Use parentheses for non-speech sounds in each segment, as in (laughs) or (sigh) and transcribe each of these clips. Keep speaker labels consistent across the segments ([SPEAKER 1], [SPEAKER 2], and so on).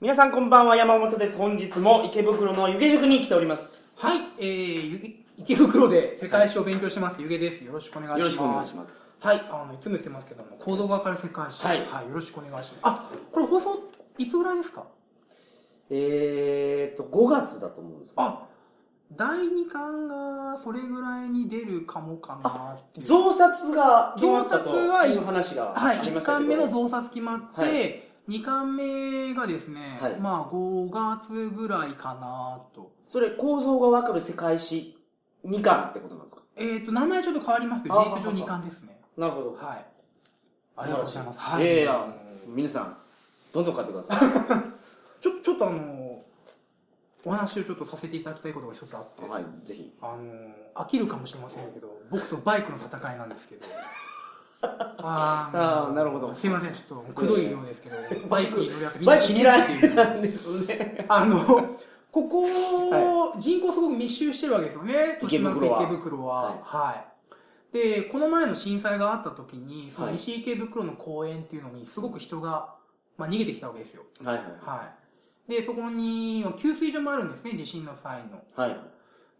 [SPEAKER 1] 皆さんこんばんは、山本です。本日も池袋の湯気塾に来ております。
[SPEAKER 2] はい、えーゆ、池袋で世界史を勉強してます、ゆげです。よろしくお願いしま
[SPEAKER 1] よ
[SPEAKER 2] す。
[SPEAKER 1] ろしくお願いします。
[SPEAKER 2] はい、あの、いつも言ってますけども、行動がわかる世界史。
[SPEAKER 1] はい
[SPEAKER 2] よろしくお願いします。あ、これ放送、いつぐらいですか
[SPEAKER 1] えーっと、5月だと思うんですけど
[SPEAKER 2] あ、第2巻がそれぐらいに出るかもかなっていう。
[SPEAKER 1] 増刷が決まったと
[SPEAKER 2] 増刷はい
[SPEAKER 1] いう話が
[SPEAKER 2] はい、
[SPEAKER 1] ありま
[SPEAKER 2] 1
[SPEAKER 1] した
[SPEAKER 2] 巻
[SPEAKER 1] け
[SPEAKER 2] 目
[SPEAKER 1] ど、
[SPEAKER 2] の増刷決まって、
[SPEAKER 1] はい
[SPEAKER 2] 2巻目がですね、
[SPEAKER 1] はい
[SPEAKER 2] まあ5月ぐらいかなと。
[SPEAKER 1] それ構造がわかる世界史2巻ってことなんですか
[SPEAKER 2] えっ、と、名前ちょっと変わりますけど、
[SPEAKER 1] あ
[SPEAKER 2] 事実上2巻ですね。
[SPEAKER 1] なるほど。
[SPEAKER 2] はい。あ
[SPEAKER 1] 素晴
[SPEAKER 2] りがとう
[SPEAKER 1] ら
[SPEAKER 2] ご
[SPEAKER 1] し
[SPEAKER 2] ざいます。はいい。
[SPEAKER 1] やいや、皆さん、どんどん買ってくださ
[SPEAKER 2] ちょちょっとあのお話をちょっとさせていただきたいことが一つあって、
[SPEAKER 1] (laughs) い。はい、ぜひ。
[SPEAKER 2] あの飽きるかもしれませんけど僕とバイクの戦いなんです
[SPEAKER 1] (laughs)
[SPEAKER 2] けどあ
[SPEAKER 1] あーなるほど
[SPEAKER 2] すいませんちょっとくどいようですけど、バイクに乗るやつみん
[SPEAKER 1] バ
[SPEAKER 2] な
[SPEAKER 1] イク
[SPEAKER 2] 死ねるっ
[SPEAKER 1] 嫌
[SPEAKER 2] て
[SPEAKER 1] い
[SPEAKER 2] いう
[SPEAKER 1] なんですね。
[SPEAKER 2] あの
[SPEAKER 1] (laughs)
[SPEAKER 2] ここ、人口すごく密集してるわけですよね
[SPEAKER 1] 池
[SPEAKER 2] 豊島区
[SPEAKER 1] 袋は
[SPEAKER 2] 池袋は
[SPEAKER 1] はい
[SPEAKER 2] はい、でこの前の震災があった時にその
[SPEAKER 1] はい
[SPEAKER 2] 西池袋の公園っていうのにすごく人が、まあ、逃げてきたわけですよ
[SPEAKER 1] はいはい。
[SPEAKER 2] はい、でそこに給水所もあるんですね地震の際の
[SPEAKER 1] はい。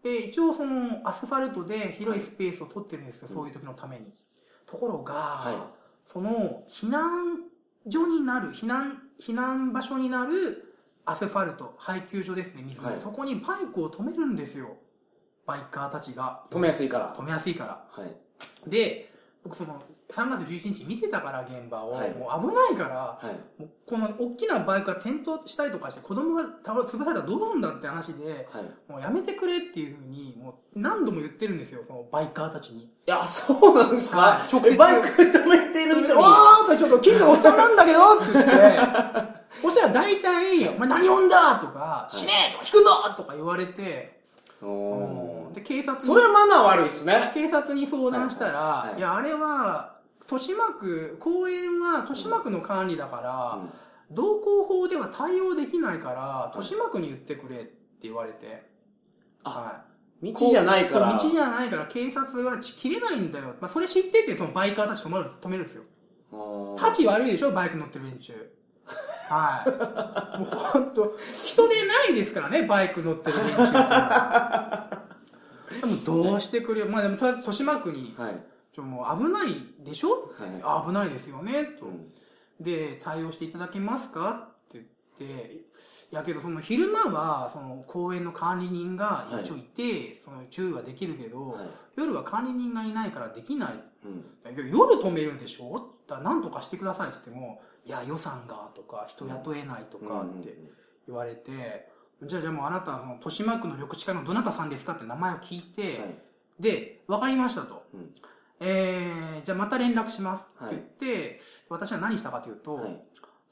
[SPEAKER 2] で一応そのアスファルトで広いスペースを取ってるんですよ、そういう時のためにところが、
[SPEAKER 1] い
[SPEAKER 2] その避難所になる避難避難場所になるアスファルト配給所ですね水の、
[SPEAKER 1] はい
[SPEAKER 2] そこにバイクを止めるんですよバイカーたちが
[SPEAKER 1] 止めやすいから。
[SPEAKER 2] 止めやすいから
[SPEAKER 1] はい。
[SPEAKER 2] で僕その3月11日見てたから現場を、
[SPEAKER 1] はい
[SPEAKER 2] もう危ないから、
[SPEAKER 1] はい。
[SPEAKER 2] もうこの大きなバイクが転倒したりとかして子供が倒れ潰されたらどうすんだって話で
[SPEAKER 1] はい。
[SPEAKER 2] もうやめてくれっていうふうにもう何度も言ってるんですよそのバイカーたちに
[SPEAKER 1] いや、そうなんですか
[SPEAKER 2] はい直接
[SPEAKER 1] えバイク止めて
[SPEAKER 2] 「
[SPEAKER 1] る人に。
[SPEAKER 2] ああちょっ
[SPEAKER 1] (laughs)
[SPEAKER 2] と近所のおっさんなんだけど」って言って (laughs) そしたら大体「お前何呼んだ!」とか「死ね!」とか「引くぞ!」とか言われて
[SPEAKER 1] おー
[SPEAKER 2] で警察に
[SPEAKER 1] それはマナー悪いっすね。
[SPEAKER 2] 警察に相談したら、
[SPEAKER 1] はい
[SPEAKER 2] い
[SPEAKER 1] はい
[SPEAKER 2] やあれは豊島区公園は豊島区の管理だから、同行法では対応できないから、
[SPEAKER 1] い
[SPEAKER 2] 豊島区に言ってくれって言われて。
[SPEAKER 1] あ
[SPEAKER 2] はい
[SPEAKER 1] 道じゃないから。
[SPEAKER 2] そう道じゃないから、警察は切れないんだよ。まあ、それ知ってて、そのバイカーたち止まる止めるんですよ。
[SPEAKER 1] おー
[SPEAKER 2] 立ち悪いでしょ、バイク乗ってる連中。
[SPEAKER 1] (laughs)
[SPEAKER 2] はい。もう本当人でないですからね、バイク乗ってる連中っていうのはでもどうしてくれよ。まあでも、とりあえず豊島区に、
[SPEAKER 1] はい。
[SPEAKER 2] ちょもう危ないでしょ、
[SPEAKER 1] はい
[SPEAKER 2] あ危ないですよね、と。
[SPEAKER 1] うん
[SPEAKER 2] で、対応していただけますかって言って、いやけどその昼間はその公園の管理人が一応いて、その注意はできるけど、
[SPEAKER 1] はい
[SPEAKER 2] 夜は管理人がいないからできない。
[SPEAKER 1] うん
[SPEAKER 2] だけど夜止めるんでしょだから何とかしてくださいって言っても、いや予算がとか人雇えないとかって言われて、じゃあじゃあもうあなたの豊島区の緑地課のどなたさんですかって名前を聞いて、
[SPEAKER 1] はい
[SPEAKER 2] で、わかりましたと。
[SPEAKER 1] うん
[SPEAKER 2] えー、じゃあまた連絡しますって言って、私は何したかというと、
[SPEAKER 1] はい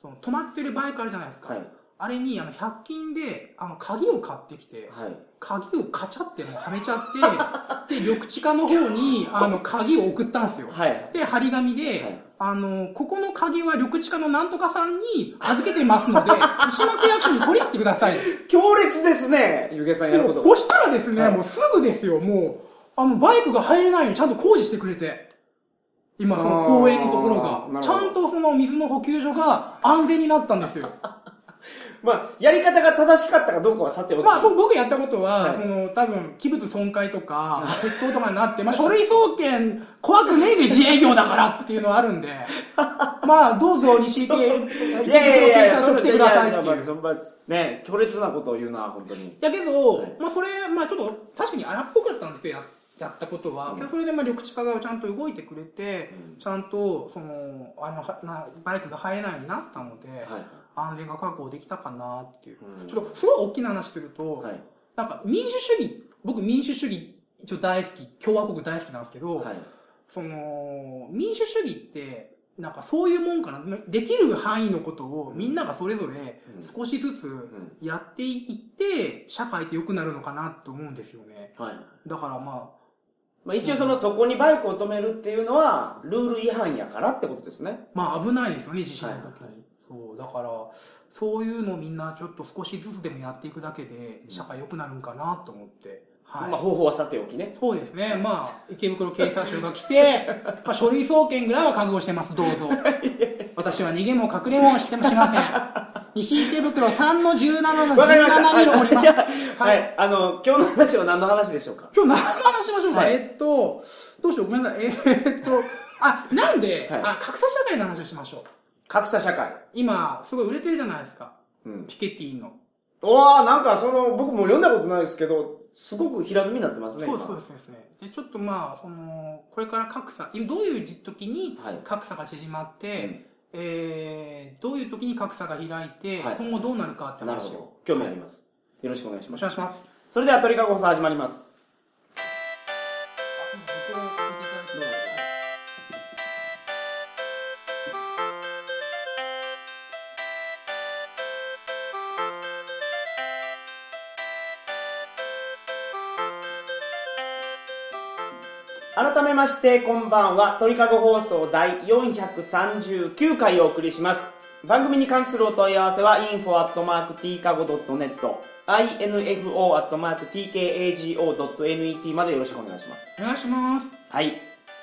[SPEAKER 2] その止まってるバイクあるじゃないですか。
[SPEAKER 1] はい
[SPEAKER 2] あれに、あの、100均で、あの、鍵を買ってきて、
[SPEAKER 1] はい
[SPEAKER 2] 鍵をカチャってもうはめちゃ
[SPEAKER 1] (laughs)
[SPEAKER 2] って、で、緑地下の方に、あの、鍵を送ったんですよ。
[SPEAKER 1] はい
[SPEAKER 2] で、張り紙で、
[SPEAKER 1] はい
[SPEAKER 2] あの、ここの鍵は緑地下のなんとかさんに預けてますので、
[SPEAKER 1] (laughs)
[SPEAKER 2] 豊島区役所に取り入ってください。
[SPEAKER 1] 強烈ですねゆげさんや
[SPEAKER 2] で
[SPEAKER 1] る
[SPEAKER 2] も、
[SPEAKER 1] こと
[SPEAKER 2] 干したらですね、
[SPEAKER 1] はい
[SPEAKER 2] もうすぐですよ、もう、あの、バイクが入れないようにちゃんと工事してくれて。今、その公園のところ
[SPEAKER 1] あーな
[SPEAKER 2] が。
[SPEAKER 1] る
[SPEAKER 2] ち
[SPEAKER 1] ほど
[SPEAKER 2] ゃんとその水の補給所が安全になったんですよ。
[SPEAKER 1] まあやり方が正しかったかどうかはさておき
[SPEAKER 2] まあ、僕僕やったことは、
[SPEAKER 1] はい
[SPEAKER 2] その、多分、器物損壊とか、窃盗とかになって、まあ、書類送検、怖くねえで自営業だからっていうのはある
[SPEAKER 1] (laughs)
[SPEAKER 2] んで、まあ、どうぞ、西池、
[SPEAKER 1] いやいやい
[SPEAKER 2] 警
[SPEAKER 1] や
[SPEAKER 2] 察
[SPEAKER 1] そ
[SPEAKER 2] 署
[SPEAKER 1] う
[SPEAKER 2] 来てくださいって
[SPEAKER 1] や
[SPEAKER 2] い
[SPEAKER 1] や
[SPEAKER 2] う
[SPEAKER 1] や。まあまあね強烈なことを言うな本当に
[SPEAKER 2] やけど、
[SPEAKER 1] はい
[SPEAKER 2] まあそれ、まあちょっと確かに荒っぽかったんですよ、ややったことは。けどそれでまあ緑地化がちゃんと動いてくれて、ちゃんとそのあのはなバイクが入れないようになったので、
[SPEAKER 1] はい
[SPEAKER 2] 安全が確保できたかなっていう。
[SPEAKER 1] うん
[SPEAKER 2] ちょっとすごい大きな話すると、
[SPEAKER 1] はい
[SPEAKER 2] なんか民主主義、僕民主主義一応大好き、共和国大好きなんですけど、
[SPEAKER 1] はい
[SPEAKER 2] その民主主義ってなんかそういうもんかなできる範囲のことをみんながそれぞれ
[SPEAKER 1] うん
[SPEAKER 2] 少しずつやっていって社会って良くなるのかなと思うんですよね
[SPEAKER 1] はい
[SPEAKER 2] だからま
[SPEAKER 1] まあ一応そのそこにバイクを止めるっていうのはルール違反やからってことですね
[SPEAKER 2] あまあ危ないですよね地震の時
[SPEAKER 1] は
[SPEAKER 2] に、
[SPEAKER 1] い
[SPEAKER 2] そうだからそういうのをみんなちょっと少しずつでもやっていくだけで社会良くなるんかなと思って、はい
[SPEAKER 1] まあ方法はさておきね
[SPEAKER 2] そうですね。まあ、池袋警察署が来て、
[SPEAKER 1] (laughs)
[SPEAKER 2] まあ、書
[SPEAKER 1] (laughs)
[SPEAKER 2] 類送検ぐらいは覚悟してます、どうぞ。私は逃げも隠れもしてもしません。西池袋3の17の
[SPEAKER 1] わかりました。
[SPEAKER 2] 17におります。
[SPEAKER 1] はい。はいあの、今日の話は何の話でしょうか
[SPEAKER 2] 今日何の話しましょうか、
[SPEAKER 1] はい
[SPEAKER 2] えーっと、どうしよう、ごめんなさい。えー
[SPEAKER 1] (laughs)
[SPEAKER 2] っと、あ、なんで、
[SPEAKER 1] はい
[SPEAKER 2] あ、格差社会の話をしましょう。
[SPEAKER 1] 格差社会。
[SPEAKER 2] 今、すごい売れてるじゃないですか。
[SPEAKER 1] うん。
[SPEAKER 2] ピケティの。
[SPEAKER 1] うわあなんかその、僕も読んだことないですけど、すごく平積みになってますね、
[SPEAKER 2] そう
[SPEAKER 1] 今。
[SPEAKER 2] ですそうですそうですね。で、ちょっとまあ、その、これから格差、今どういう時に
[SPEAKER 1] はい
[SPEAKER 2] 格差が縮まって、
[SPEAKER 1] うん
[SPEAKER 2] えーどういう時に格差が開いて、
[SPEAKER 1] はい
[SPEAKER 2] 今後どうなるかって
[SPEAKER 1] なるほ
[SPEAKER 2] 話を。
[SPEAKER 1] ど。興味あります。よろしくお願いし
[SPEAKER 2] お
[SPEAKER 1] ます。
[SPEAKER 2] 願いします。
[SPEAKER 1] それでは鳥かご放送始まります。改めましてこんばんは鳥かご放送第439回をお送りします番組に関するお問い合わせは info.tkago.net info.tkago.net までよろしくお願いします
[SPEAKER 2] お願いします。
[SPEAKER 1] はい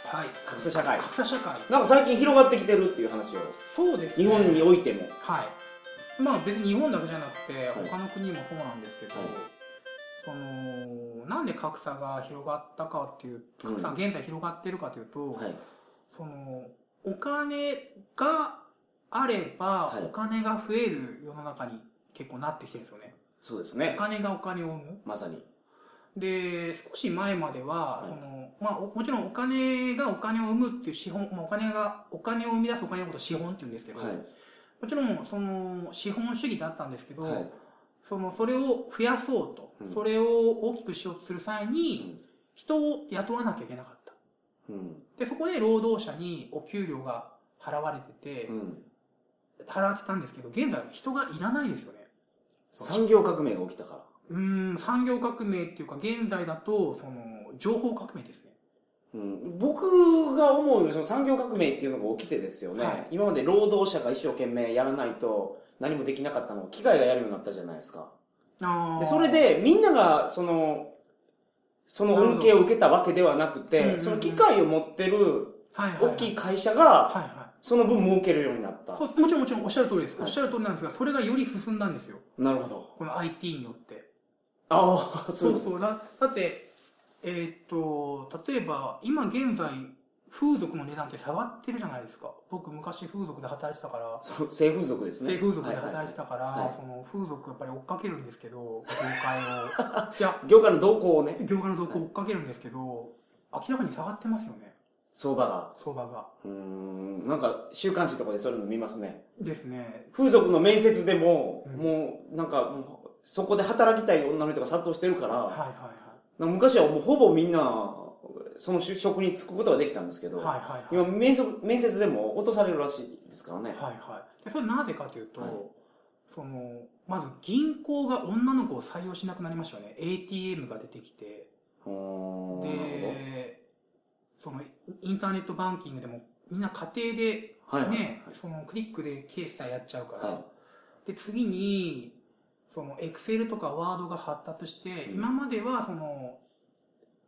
[SPEAKER 2] はい。
[SPEAKER 1] 格差社会
[SPEAKER 2] 格差社会。
[SPEAKER 1] なんか最近広がってきてるっていう話を
[SPEAKER 2] そうですね。
[SPEAKER 1] 日本においても
[SPEAKER 2] はい、まあ別に日本だけじゃなくて、
[SPEAKER 1] い
[SPEAKER 2] 他の国もそうなんですけど、
[SPEAKER 1] はい
[SPEAKER 2] そのなんで格差が広がったかっていう
[SPEAKER 1] うん
[SPEAKER 2] 格差が現在広がってるかというと、
[SPEAKER 1] はい
[SPEAKER 2] そのお金があれば、
[SPEAKER 1] はい
[SPEAKER 2] お金が増える世の中に結構なってきてるんですよね
[SPEAKER 1] そうです
[SPEAKER 2] お
[SPEAKER 1] ね
[SPEAKER 2] 金がお金を生む
[SPEAKER 1] まさに
[SPEAKER 2] で少し前までは、
[SPEAKER 1] はい
[SPEAKER 2] そのまあ、おもちろんお金がお金を生むっていう資本、まあ、お金がお金を生み出すお金のことを資本って言うんですけど、
[SPEAKER 1] はい
[SPEAKER 2] もちろんその資本主義だったんですけど、
[SPEAKER 1] はい
[SPEAKER 2] そのそれを増やそうと、
[SPEAKER 1] うん
[SPEAKER 2] それを大きくしようとする際に、人を雇わなきゃいけなかった
[SPEAKER 1] うん
[SPEAKER 2] でそこで労働者にお給料が払われてて、
[SPEAKER 1] うん
[SPEAKER 2] 払われてたんですけど現在人がいらないですよね
[SPEAKER 1] 産業革命が起きたから
[SPEAKER 2] うーん産業革命っていうか現在だとその情報革命ですね
[SPEAKER 1] うん、僕が思うその産業革命っていうのが起きてですよね、
[SPEAKER 2] はい
[SPEAKER 1] 今まで労働者が一生懸命やらないと何もできなかったのを機械がやるようになったじゃないですか
[SPEAKER 2] あー
[SPEAKER 1] でそれでみんながそのその恩恵を受けたわけではなく
[SPEAKER 2] なるほ
[SPEAKER 1] て
[SPEAKER 2] ど
[SPEAKER 1] その機械を持ってる
[SPEAKER 2] はいはいはい
[SPEAKER 1] 大きい会社
[SPEAKER 2] は
[SPEAKER 1] が
[SPEAKER 2] いは
[SPEAKER 1] その分儲けるようになった、
[SPEAKER 2] いそうもちろんもちろんおっしゃる通りです、
[SPEAKER 1] はい
[SPEAKER 2] おっしゃる通りなんですがそれがより進んだんですよ
[SPEAKER 1] なるほど
[SPEAKER 2] この IT によって
[SPEAKER 1] ああそ
[SPEAKER 2] そうう
[SPEAKER 1] です
[SPEAKER 2] そうだだってえーっと例えば今現在風俗の値段って下がってるじゃないですか僕昔風俗で働いてたから
[SPEAKER 1] そう性風俗ですね
[SPEAKER 2] 性風俗で働いてたから、
[SPEAKER 1] はいはい
[SPEAKER 2] その風俗やっぱり追っかけるんですけど業
[SPEAKER 1] (laughs)
[SPEAKER 2] 界をいや
[SPEAKER 1] 業界の動向をね
[SPEAKER 2] 業界の動向を追っかけるんですけど、明らかに下がってますよね
[SPEAKER 1] 相場が
[SPEAKER 2] 相場が
[SPEAKER 1] うーんなんか週刊誌とかでそういうの見ますね
[SPEAKER 2] ですね
[SPEAKER 1] 風俗の面接でも、
[SPEAKER 2] うん
[SPEAKER 1] もうなんかもうそこで働きたい女の人が殺到してるから、
[SPEAKER 2] はいはいはい
[SPEAKER 1] なんか昔はもうほぼみんなその就職に就くことができたんですけど、
[SPEAKER 2] はいはいはい
[SPEAKER 1] 今面接面接でも落とされるらしいですからね、
[SPEAKER 2] はいはいでそれなぜかというと、
[SPEAKER 1] はい
[SPEAKER 2] そのまず銀行が女の子を採用しなくなりましたよね ATM が出てきて
[SPEAKER 1] うーんなる
[SPEAKER 2] でそのイインターネットバンキングでもみんな家庭で
[SPEAKER 1] ほどはいはい
[SPEAKER 2] ね、そのクリックで決済やっちゃうから、
[SPEAKER 1] は
[SPEAKER 2] で次にそのエクセルとかワードが発達して、
[SPEAKER 1] うん
[SPEAKER 2] 今まではその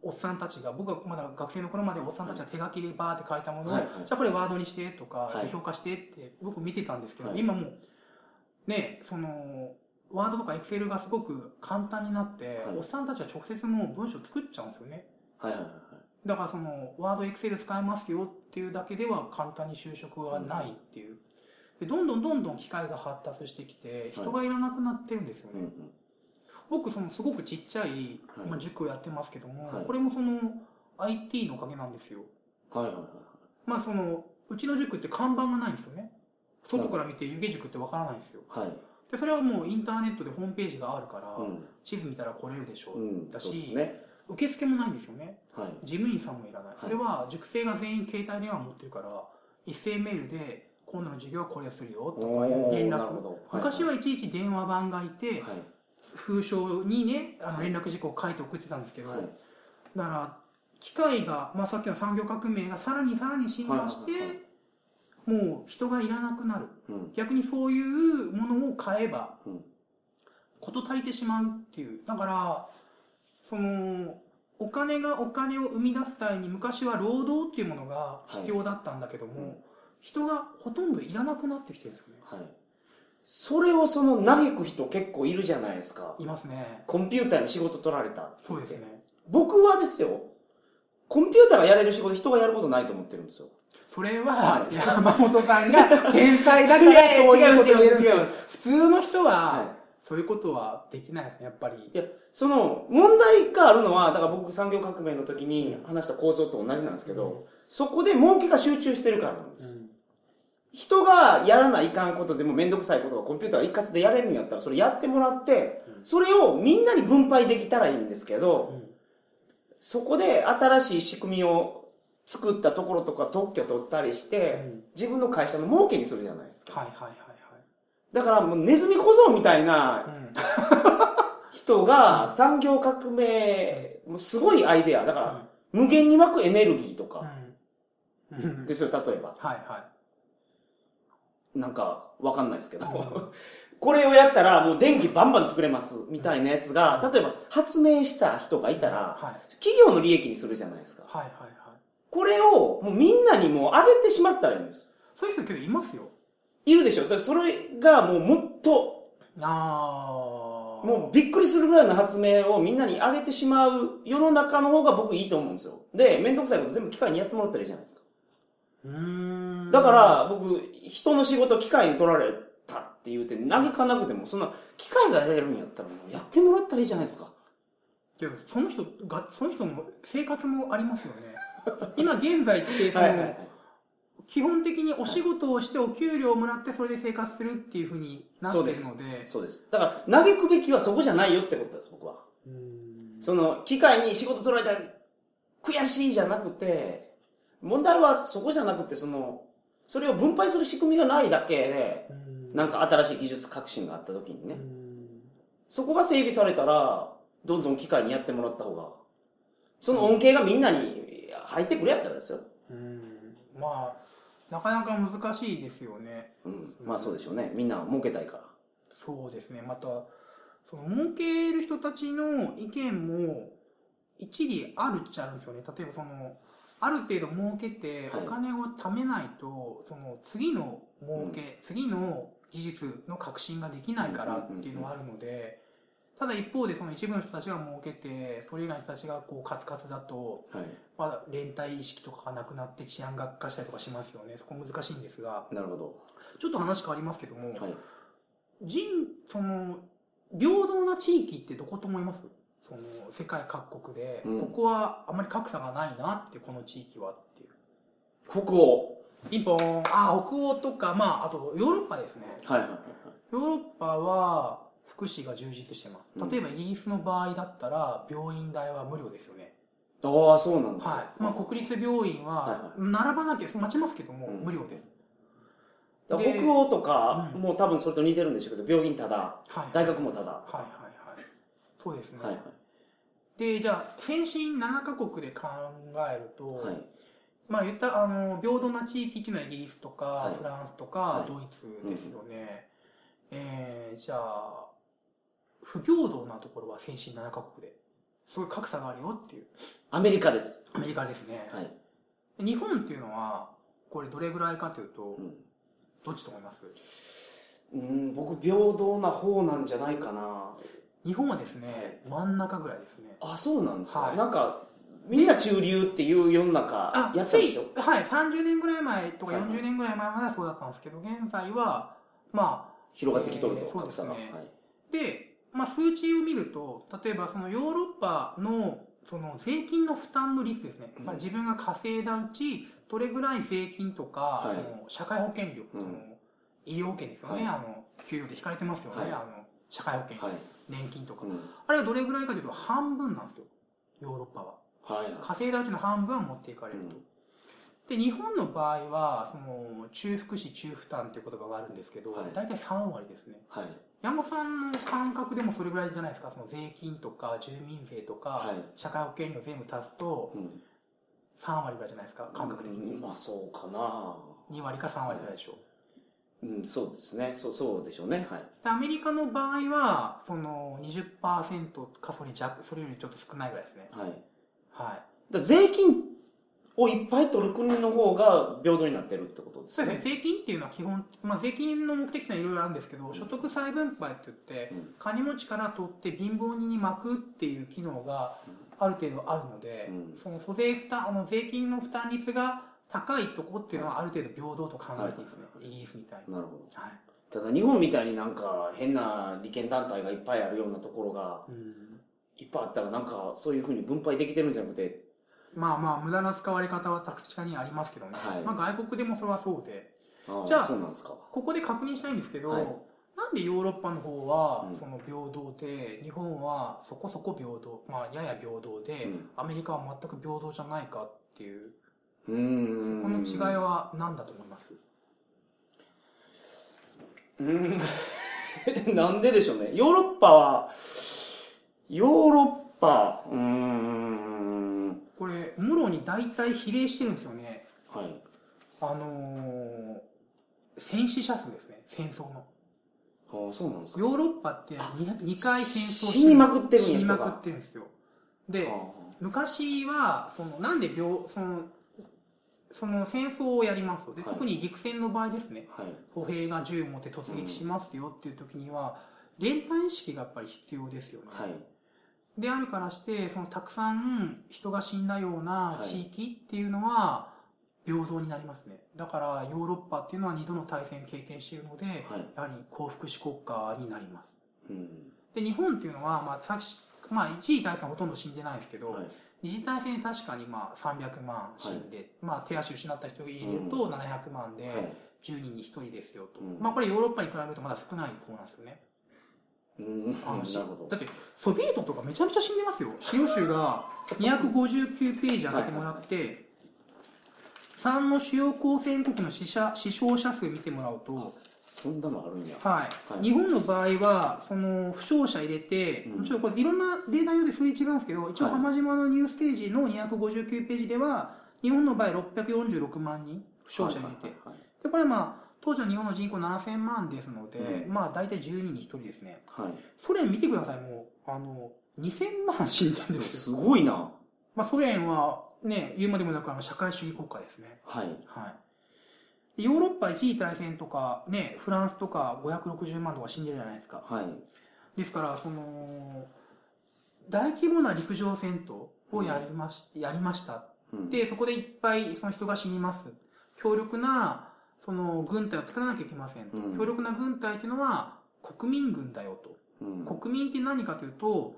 [SPEAKER 2] おっさんたちが僕はまだ学生の頃までおっさんたちが手書きでバーって書いたものを、
[SPEAKER 1] はいはい
[SPEAKER 2] じゃあこれワードにしてとか、
[SPEAKER 1] はい
[SPEAKER 2] 辞表化してって僕見てたんですけど、
[SPEAKER 1] はい
[SPEAKER 2] 今もうねそのワードとかエクセルがすごく簡単になって、
[SPEAKER 1] はい
[SPEAKER 2] おっさんたちは直接もう文章作っちゃうんですよね
[SPEAKER 1] いはいはいはい
[SPEAKER 2] だからそのワードエクセル使えますよっていうだけでは簡単に就職がないっていう、でどんどんどんどん機械が発達してきて人がいらなくなってるんですよ
[SPEAKER 1] う
[SPEAKER 2] ね、
[SPEAKER 1] ん
[SPEAKER 2] 僕そのすごくちっちゃい、
[SPEAKER 1] はい
[SPEAKER 2] まあ、塾をやってますけども、
[SPEAKER 1] はい
[SPEAKER 2] これもその IT のおかげなんですよ
[SPEAKER 1] うんはいはいはい
[SPEAKER 2] まあそのうちの塾って看板がないんですよね外から見て湯気塾ってわからないんですよ
[SPEAKER 1] はい
[SPEAKER 2] でそれはもうインターネットでホームページがあるから、
[SPEAKER 1] うん
[SPEAKER 2] 地図見たら来れるでしょう、
[SPEAKER 1] うん
[SPEAKER 2] だし
[SPEAKER 1] そうですね
[SPEAKER 2] 受付もないんですよね
[SPEAKER 1] はい
[SPEAKER 2] 事務員さんもいらない、
[SPEAKER 1] い
[SPEAKER 2] それは塾生が全員携帯電話持ってるから一斉メールで今度の授業はこれするよとかいう連
[SPEAKER 1] おーなる
[SPEAKER 2] 絡
[SPEAKER 1] ほどい
[SPEAKER 2] 昔はいちいち電話番がいて
[SPEAKER 1] はい
[SPEAKER 2] 封書にねあの
[SPEAKER 1] はい
[SPEAKER 2] 連絡事項を書いて送ってたんですけど、
[SPEAKER 1] はい
[SPEAKER 2] だから機械が、まあ、さっきの産業革命がさらにさらに進化して、
[SPEAKER 1] はいはい
[SPEAKER 2] もう人がいらなくなる
[SPEAKER 1] うん
[SPEAKER 2] 逆にそういうものを買えば
[SPEAKER 1] うん
[SPEAKER 2] 事足りてしまうっていうだからそのお金がお金を生み出す際に昔は労働っていうものが必要だったんだけども、
[SPEAKER 1] はいうん
[SPEAKER 2] 人がほとんどいらなくなってきてるんですよね
[SPEAKER 1] はいそれをその嘆く人結構いるじゃないですか
[SPEAKER 2] いますね。
[SPEAKER 1] コンピューターに仕事取られたって
[SPEAKER 2] そうですね。
[SPEAKER 1] 僕はですよコンピューターがやれる仕事人がやることないと思ってるんですよ
[SPEAKER 2] それ
[SPEAKER 1] は
[SPEAKER 2] は、山本さんが天才だからそういうこと言えるんです
[SPEAKER 1] 違い
[SPEAKER 2] よ
[SPEAKER 1] ま。す
[SPEAKER 2] 普通の人
[SPEAKER 1] はい
[SPEAKER 2] は、そういうことはできないですね、やっぱり
[SPEAKER 1] い。やその問題があるのはだから僕産業革命の時に話した構造と同じなんですけど、そこで儲けが集中してるからなんで
[SPEAKER 2] う
[SPEAKER 1] す、
[SPEAKER 2] ん
[SPEAKER 1] 人がやらないかんことでも面倒くさいことがコンピューターが一括でやれるんやったらそれやってもらって
[SPEAKER 2] うん
[SPEAKER 1] それをみんなに分配できたらいいんですけど
[SPEAKER 2] うん
[SPEAKER 1] そこで新しい仕組みを作ったところとか特許取ったりし
[SPEAKER 2] う
[SPEAKER 1] て
[SPEAKER 2] ん
[SPEAKER 1] 自分の会社の儲けにするじゃないですか
[SPEAKER 2] はいはいは
[SPEAKER 1] だからもうネズミ小僧みたいない
[SPEAKER 2] はい。うん
[SPEAKER 1] 人が産業革命もうすごいアイデアだ
[SPEAKER 2] (laughs)
[SPEAKER 1] から
[SPEAKER 2] う
[SPEAKER 1] 無限に湧くエネルギーとか
[SPEAKER 2] んうん
[SPEAKER 1] ですよ例えば
[SPEAKER 2] はいは
[SPEAKER 1] なんかわかんないですけどこれをやったらもう電気バンバン作れますみたいなやつが例えば発明した人がいた
[SPEAKER 2] い。
[SPEAKER 1] ら
[SPEAKER 2] はい
[SPEAKER 1] 企業の利益にするじゃないですか
[SPEAKER 2] はいはいはい。
[SPEAKER 1] これをもうみんなにもう上げてしまったらいいんです
[SPEAKER 2] そういう人けどいますよ。
[SPEAKER 1] いるでしょそれそれがもうもっと
[SPEAKER 2] ああ。
[SPEAKER 1] もうびっくりするぐらいの発明をみんなに上げてしまう世の中の方が僕いいと思うんですよで面倒くさいこと全部機械にやってもらったらいいじゃないですか
[SPEAKER 2] うーん。
[SPEAKER 1] だか、ら僕人の仕事機械に取られたって言うて嘆かなくてもそんな機械がやれるんやったらもうやってもらったらいいじゃないですか
[SPEAKER 2] けど、その人が、その人の生活もありますよね。今現在 (laughs) って、その、基本的にお仕事をしてお給料をもらってそれで生活するっていうふうになってるので
[SPEAKER 1] そうそうですだから嘆くべきはそこじゃないよってことです僕は
[SPEAKER 2] ーん
[SPEAKER 1] その機械に仕事取られた悔しいじゃなくて問題はそこじゃなくてそのそれを分配する仕組みがないだけで
[SPEAKER 2] うーん
[SPEAKER 1] なんか新しい技術革新があった時に
[SPEAKER 2] うー
[SPEAKER 1] ね
[SPEAKER 2] ん
[SPEAKER 1] そこが整備されたら、どんどん機械にやってもらった方が、その恩恵がみんなに入ってくれやったらですよ。
[SPEAKER 2] うーんまあなかなか難しいですよね
[SPEAKER 1] うん。まあそうでしょうね。みんな儲けたいから。
[SPEAKER 2] そうですねまたその儲ける人たちの意見も一理あるっちゃあるんですよね例えばそのある程度儲けて
[SPEAKER 1] はい
[SPEAKER 2] お金を貯めないと、その次の儲け、次の技術の革新ができないからっていうのはあるので、ただ一方でその一部の人たちが儲けてそれ以外の人たちがこうカツカツだと、
[SPEAKER 1] はい。
[SPEAKER 2] まあ、連帯意識とかがなくなって治安が悪化したりとかしますよねそこ難しいんですが
[SPEAKER 1] なるほど。
[SPEAKER 2] ちょっと話変わりますけども、
[SPEAKER 1] はい。
[SPEAKER 2] 人その平等な地域ってどこと思いますその世界各国で、
[SPEAKER 1] うん
[SPEAKER 2] ここはあまり格差がないなってこの地域はっていう
[SPEAKER 1] 北欧。
[SPEAKER 2] ピンポーンああ北欧とかまああとヨーロッパですね
[SPEAKER 1] はいはいは
[SPEAKER 2] ヨーロッパは福祉が充実してます
[SPEAKER 1] うん
[SPEAKER 2] 例えばイギリスの場合だったら病院代は無料ですよね、
[SPEAKER 1] いはい。ああ、そうなんですか。
[SPEAKER 2] はいまあ、国立病院は並ばなきゃ待ちますけども、
[SPEAKER 1] うん
[SPEAKER 2] 無料です、
[SPEAKER 1] だから
[SPEAKER 2] で
[SPEAKER 1] 北欧とか、
[SPEAKER 2] うん
[SPEAKER 1] もう多分それと似てるんでしょうけど、病院ただ、
[SPEAKER 2] はい、
[SPEAKER 1] 大
[SPEAKER 2] はい
[SPEAKER 1] 学もただ。は
[SPEAKER 2] はいはいそうですね、
[SPEAKER 1] いはい。
[SPEAKER 2] でじゃあ先進7カ国で考えると、
[SPEAKER 1] はい。
[SPEAKER 2] まあ言ったあの平等な地域っていうのはイギリスとか、
[SPEAKER 1] はい
[SPEAKER 2] フランスと
[SPEAKER 1] は
[SPEAKER 2] か
[SPEAKER 1] い
[SPEAKER 2] ドイツですよね、えーじゃあ不平等なところは先進7カ国ですごい格差があるよっていう
[SPEAKER 1] アメリカです。
[SPEAKER 2] アメリカですね、
[SPEAKER 1] はい。
[SPEAKER 2] 日本っていうのはこれどれぐらいかというと
[SPEAKER 1] うん
[SPEAKER 2] どっちと思います
[SPEAKER 1] うん、僕、平等な方なんじゃないかな。
[SPEAKER 2] 日本はですね真ん中ぐらいですね
[SPEAKER 1] あ、そうなんですか。
[SPEAKER 2] はい
[SPEAKER 1] なんか、みんな中流っていう世の中
[SPEAKER 2] あ、
[SPEAKER 1] やったでしょ
[SPEAKER 2] ついはい、30年ぐらい前とか
[SPEAKER 1] はいはい
[SPEAKER 2] 40年ぐらい前まではそうだったんですけど、現在は、まあ、
[SPEAKER 1] 広がってきとると、
[SPEAKER 2] えーそう
[SPEAKER 1] 格
[SPEAKER 2] で
[SPEAKER 1] 差
[SPEAKER 2] す
[SPEAKER 1] が。
[SPEAKER 2] ね
[SPEAKER 1] はい
[SPEAKER 2] で、まあ、数値を見ると、例えばそのヨーロッパの、その税金の負担の率ですね。
[SPEAKER 1] うん
[SPEAKER 2] まあ、自分が稼いだうち、どれぐらい税金とか、
[SPEAKER 1] はい
[SPEAKER 2] その社会保険料、
[SPEAKER 1] うん
[SPEAKER 2] その医療保険ですよね。
[SPEAKER 1] はい
[SPEAKER 2] あの、給与で引かれてますよね。
[SPEAKER 1] はい
[SPEAKER 2] あの、社会保険、
[SPEAKER 1] はい。
[SPEAKER 2] 年金とか
[SPEAKER 1] う。ん
[SPEAKER 2] あれはどれぐらいかというと、半分なんですよ。ヨーロッパは。
[SPEAKER 1] はい。
[SPEAKER 2] 稼いだうちの半分は持っていかれると。で日本の場合はその中福祉中負担という言葉があるんですけど、
[SPEAKER 1] はい
[SPEAKER 2] 大体3割ですね
[SPEAKER 1] はい。
[SPEAKER 2] 山本さんの感覚でもそれぐらいじゃないですかその税金とか住民税とか、
[SPEAKER 1] はい
[SPEAKER 2] 社会保険料全部足すと
[SPEAKER 1] うん
[SPEAKER 2] 3割ぐらいじゃないですか感覚的に、
[SPEAKER 1] まあ、そうかな。
[SPEAKER 2] 2割か3割ぐらいでしょう
[SPEAKER 1] うん、そうですね。そう、そうでしょうね。はい。
[SPEAKER 2] でアメリカの場合はその20%かそれ弱それよりちょっと少ないぐらいですね
[SPEAKER 1] はい。だか
[SPEAKER 2] はい
[SPEAKER 1] ら税金をいっぱい取る国の方が平等になってるってことで
[SPEAKER 2] そ
[SPEAKER 1] す
[SPEAKER 2] う
[SPEAKER 1] ね。
[SPEAKER 2] ですね、税金っていうのは基本、まあ、税金の目的っていうのはいろいろあるんですけど、所得再分配って言って
[SPEAKER 1] うん、
[SPEAKER 2] 金持ちから取って貧乏人に巻くっていう機能がある程度あるので
[SPEAKER 1] う、ん
[SPEAKER 2] その租税負担、あの税金の負担率が高いとこっていうのはある程度平等と考えていいですね、
[SPEAKER 1] は
[SPEAKER 2] イギリスみたいに。
[SPEAKER 1] なるほど。
[SPEAKER 2] はい
[SPEAKER 1] ただ日本みたいになんか変な利権団体がいっぱいあるようなところが
[SPEAKER 2] うん
[SPEAKER 1] いっぱいあったらなんかそういうふうに分配できてるんじゃなくて、
[SPEAKER 2] まあまあ無駄な使われ方は確かにありますけどね、
[SPEAKER 1] はい
[SPEAKER 2] まあ、外国でもそれはそうで
[SPEAKER 1] ああ
[SPEAKER 2] じゃあ
[SPEAKER 1] そうなんですか。
[SPEAKER 2] ここで確認したいんですけど、
[SPEAKER 1] はい
[SPEAKER 2] なんでヨーロッパの方は
[SPEAKER 1] うん
[SPEAKER 2] その平等で、日本はそこそこ平等、まあ、やや平等で、
[SPEAKER 1] うん
[SPEAKER 2] アメリカは全く平等じゃないかっていう
[SPEAKER 1] うー
[SPEAKER 2] こ
[SPEAKER 1] ん。
[SPEAKER 2] の違いは何だと思います、
[SPEAKER 1] うーん (laughs) なんででしょうね。ヨーロッパは、ヨーロッパ、うーん。
[SPEAKER 2] これムロに大体比例してるんですよね
[SPEAKER 1] はい。
[SPEAKER 2] あのー戦死者数ですね戦争の
[SPEAKER 1] ああ、そうなんですか。
[SPEAKER 2] ヨーロッパって 2, 回戦争
[SPEAKER 1] 死にまくってるんや
[SPEAKER 2] 死にま
[SPEAKER 1] 人
[SPEAKER 2] く
[SPEAKER 1] が
[SPEAKER 2] ってるんですよで、
[SPEAKER 1] あ
[SPEAKER 2] 昔はそのなんで病そのその戦争をやりますとで
[SPEAKER 1] はい
[SPEAKER 2] 特に陸戦の場合ですね
[SPEAKER 1] あはい。
[SPEAKER 2] 歩兵が銃持って突撃しますよっていう時には連帯意識がやっぱり必要ですよね、
[SPEAKER 1] はい。
[SPEAKER 2] であるからしてそのたくさん人が死んだような
[SPEAKER 1] はい
[SPEAKER 2] 地域っていうのは平等になりますねだからヨーロッパっていうのは2度の大戦経験しているので、
[SPEAKER 1] はい。
[SPEAKER 2] やはり幸福主国家になります
[SPEAKER 1] うん。
[SPEAKER 2] で日本っていうのは、まあ、さっきまあ、一次大戦ほとんど死んでないですけど、
[SPEAKER 1] はい。
[SPEAKER 2] 二次大戦で確かにまあ300万死んで、まあ、手足失った人を入れると700万で
[SPEAKER 1] はい
[SPEAKER 2] 10人に1人ですよと、
[SPEAKER 1] うん
[SPEAKER 2] まあ、これヨーロッパに比べるとまだ少ない方なんですよね
[SPEAKER 1] うん。
[SPEAKER 2] あのし
[SPEAKER 1] なるほど
[SPEAKER 2] だ。ってソビエトとかめちゃめちゃ死ん
[SPEAKER 1] (laughs)
[SPEAKER 2] でますよ資料集が259ページ上げてもらって、3の主要交戦国の死者死傷者数見てもらうと、
[SPEAKER 1] そんなのあるんや。
[SPEAKER 2] はい
[SPEAKER 1] はい
[SPEAKER 2] 日本の場合はその負傷者入れて、
[SPEAKER 1] うん
[SPEAKER 2] ちょっとこれいろんなデータ用で数字違うんですけど一応
[SPEAKER 1] はい
[SPEAKER 2] 浜島のニューステージの259ページでは日本の場合646万人負傷者入れて、
[SPEAKER 1] はいはいはい
[SPEAKER 2] でこれはまあ当時の日本の人口7000万ですので、
[SPEAKER 1] うん
[SPEAKER 2] まあ大体10人に1人ですね
[SPEAKER 1] はい。
[SPEAKER 2] ソ連見てくださいもうあの2000万死んでるん
[SPEAKER 1] でも
[SPEAKER 2] です
[SPEAKER 1] す
[SPEAKER 2] よ、
[SPEAKER 1] ごいな。
[SPEAKER 2] まあ、ソ連はね言うまでもなくあの社会主義国家ですね
[SPEAKER 1] はい。
[SPEAKER 2] はい、でヨーロッパ一次大戦とか、ね、フランスとか560万とか死んでるじゃないですか
[SPEAKER 1] はい。
[SPEAKER 2] ですからその大規模な陸上戦闘をやりまし,、やりました
[SPEAKER 1] うん、
[SPEAKER 2] でそこでいっぱいその人が死にます強力なその軍隊を作らなきゃいけません、
[SPEAKER 1] うん
[SPEAKER 2] 強力な軍隊というのは国民軍だよと
[SPEAKER 1] うん、
[SPEAKER 2] 国民って何かというと、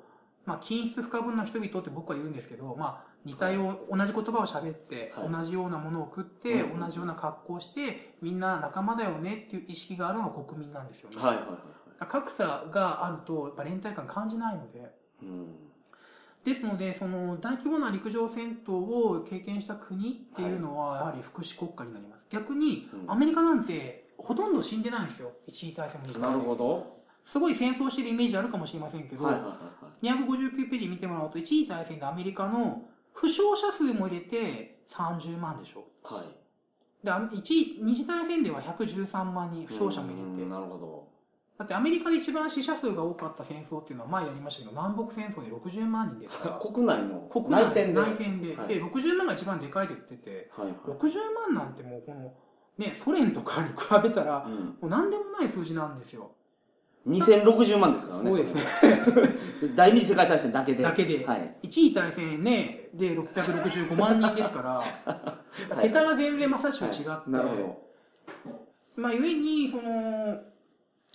[SPEAKER 2] まあ、均質不可分な人々って僕は言うんですけど、まあ、似たよう同じ言葉を喋って、
[SPEAKER 1] はい
[SPEAKER 2] 同じようなものを食って、
[SPEAKER 1] うん
[SPEAKER 2] 同じような格好をしてみんな仲間だよねっていう意識があるのが国民なんですよね、
[SPEAKER 1] はいはいはいは
[SPEAKER 2] 格差があるとやっぱ連帯感感じないので
[SPEAKER 1] い。うん。
[SPEAKER 2] ですのでその大規模な陸上戦闘を経験した国っていうのはやはり福祉国家になります逆に
[SPEAKER 1] うん
[SPEAKER 2] アメリカなんてほとんど死んでないんですよ一次大戦も二次
[SPEAKER 1] な
[SPEAKER 2] 大
[SPEAKER 1] る
[SPEAKER 2] 戦
[SPEAKER 1] ほ
[SPEAKER 2] も
[SPEAKER 1] ど。
[SPEAKER 2] すごい戦争してるイメージあるかもしれませんけど、
[SPEAKER 1] はいはいはいはい。
[SPEAKER 2] 259ページ見てもらうと1位対戦でアメリカの負傷者数も入れて30万でしょ
[SPEAKER 1] はい。
[SPEAKER 2] であの一位二次大戦では113万人負傷者も入
[SPEAKER 1] う
[SPEAKER 2] れ
[SPEAKER 1] ん
[SPEAKER 2] て
[SPEAKER 1] なるほど。
[SPEAKER 2] だってアメリカで一番死者数が多かった戦争っていうのは前やりましたけど南北戦争で60万
[SPEAKER 1] (laughs)
[SPEAKER 2] 人ですから
[SPEAKER 1] 国内の
[SPEAKER 2] 国内
[SPEAKER 1] 内戦で。
[SPEAKER 2] 内戦で,、
[SPEAKER 1] はい
[SPEAKER 2] で60万が一番でかいと言ってて
[SPEAKER 1] はいはい。
[SPEAKER 2] 60万なんてもうこの、ね、ソ連とかに比べたら
[SPEAKER 1] うん
[SPEAKER 2] もう何でもない数字なんですよ
[SPEAKER 1] 2060万ですからね。
[SPEAKER 2] そうですね
[SPEAKER 1] 第二次世界大戦だけで。
[SPEAKER 2] だけで
[SPEAKER 1] はい。
[SPEAKER 2] 1位対戦ねで665万人ですから
[SPEAKER 1] はい
[SPEAKER 2] 桁が全然まさしく違って、
[SPEAKER 1] はいなるほど。
[SPEAKER 2] まあ、ゆえにその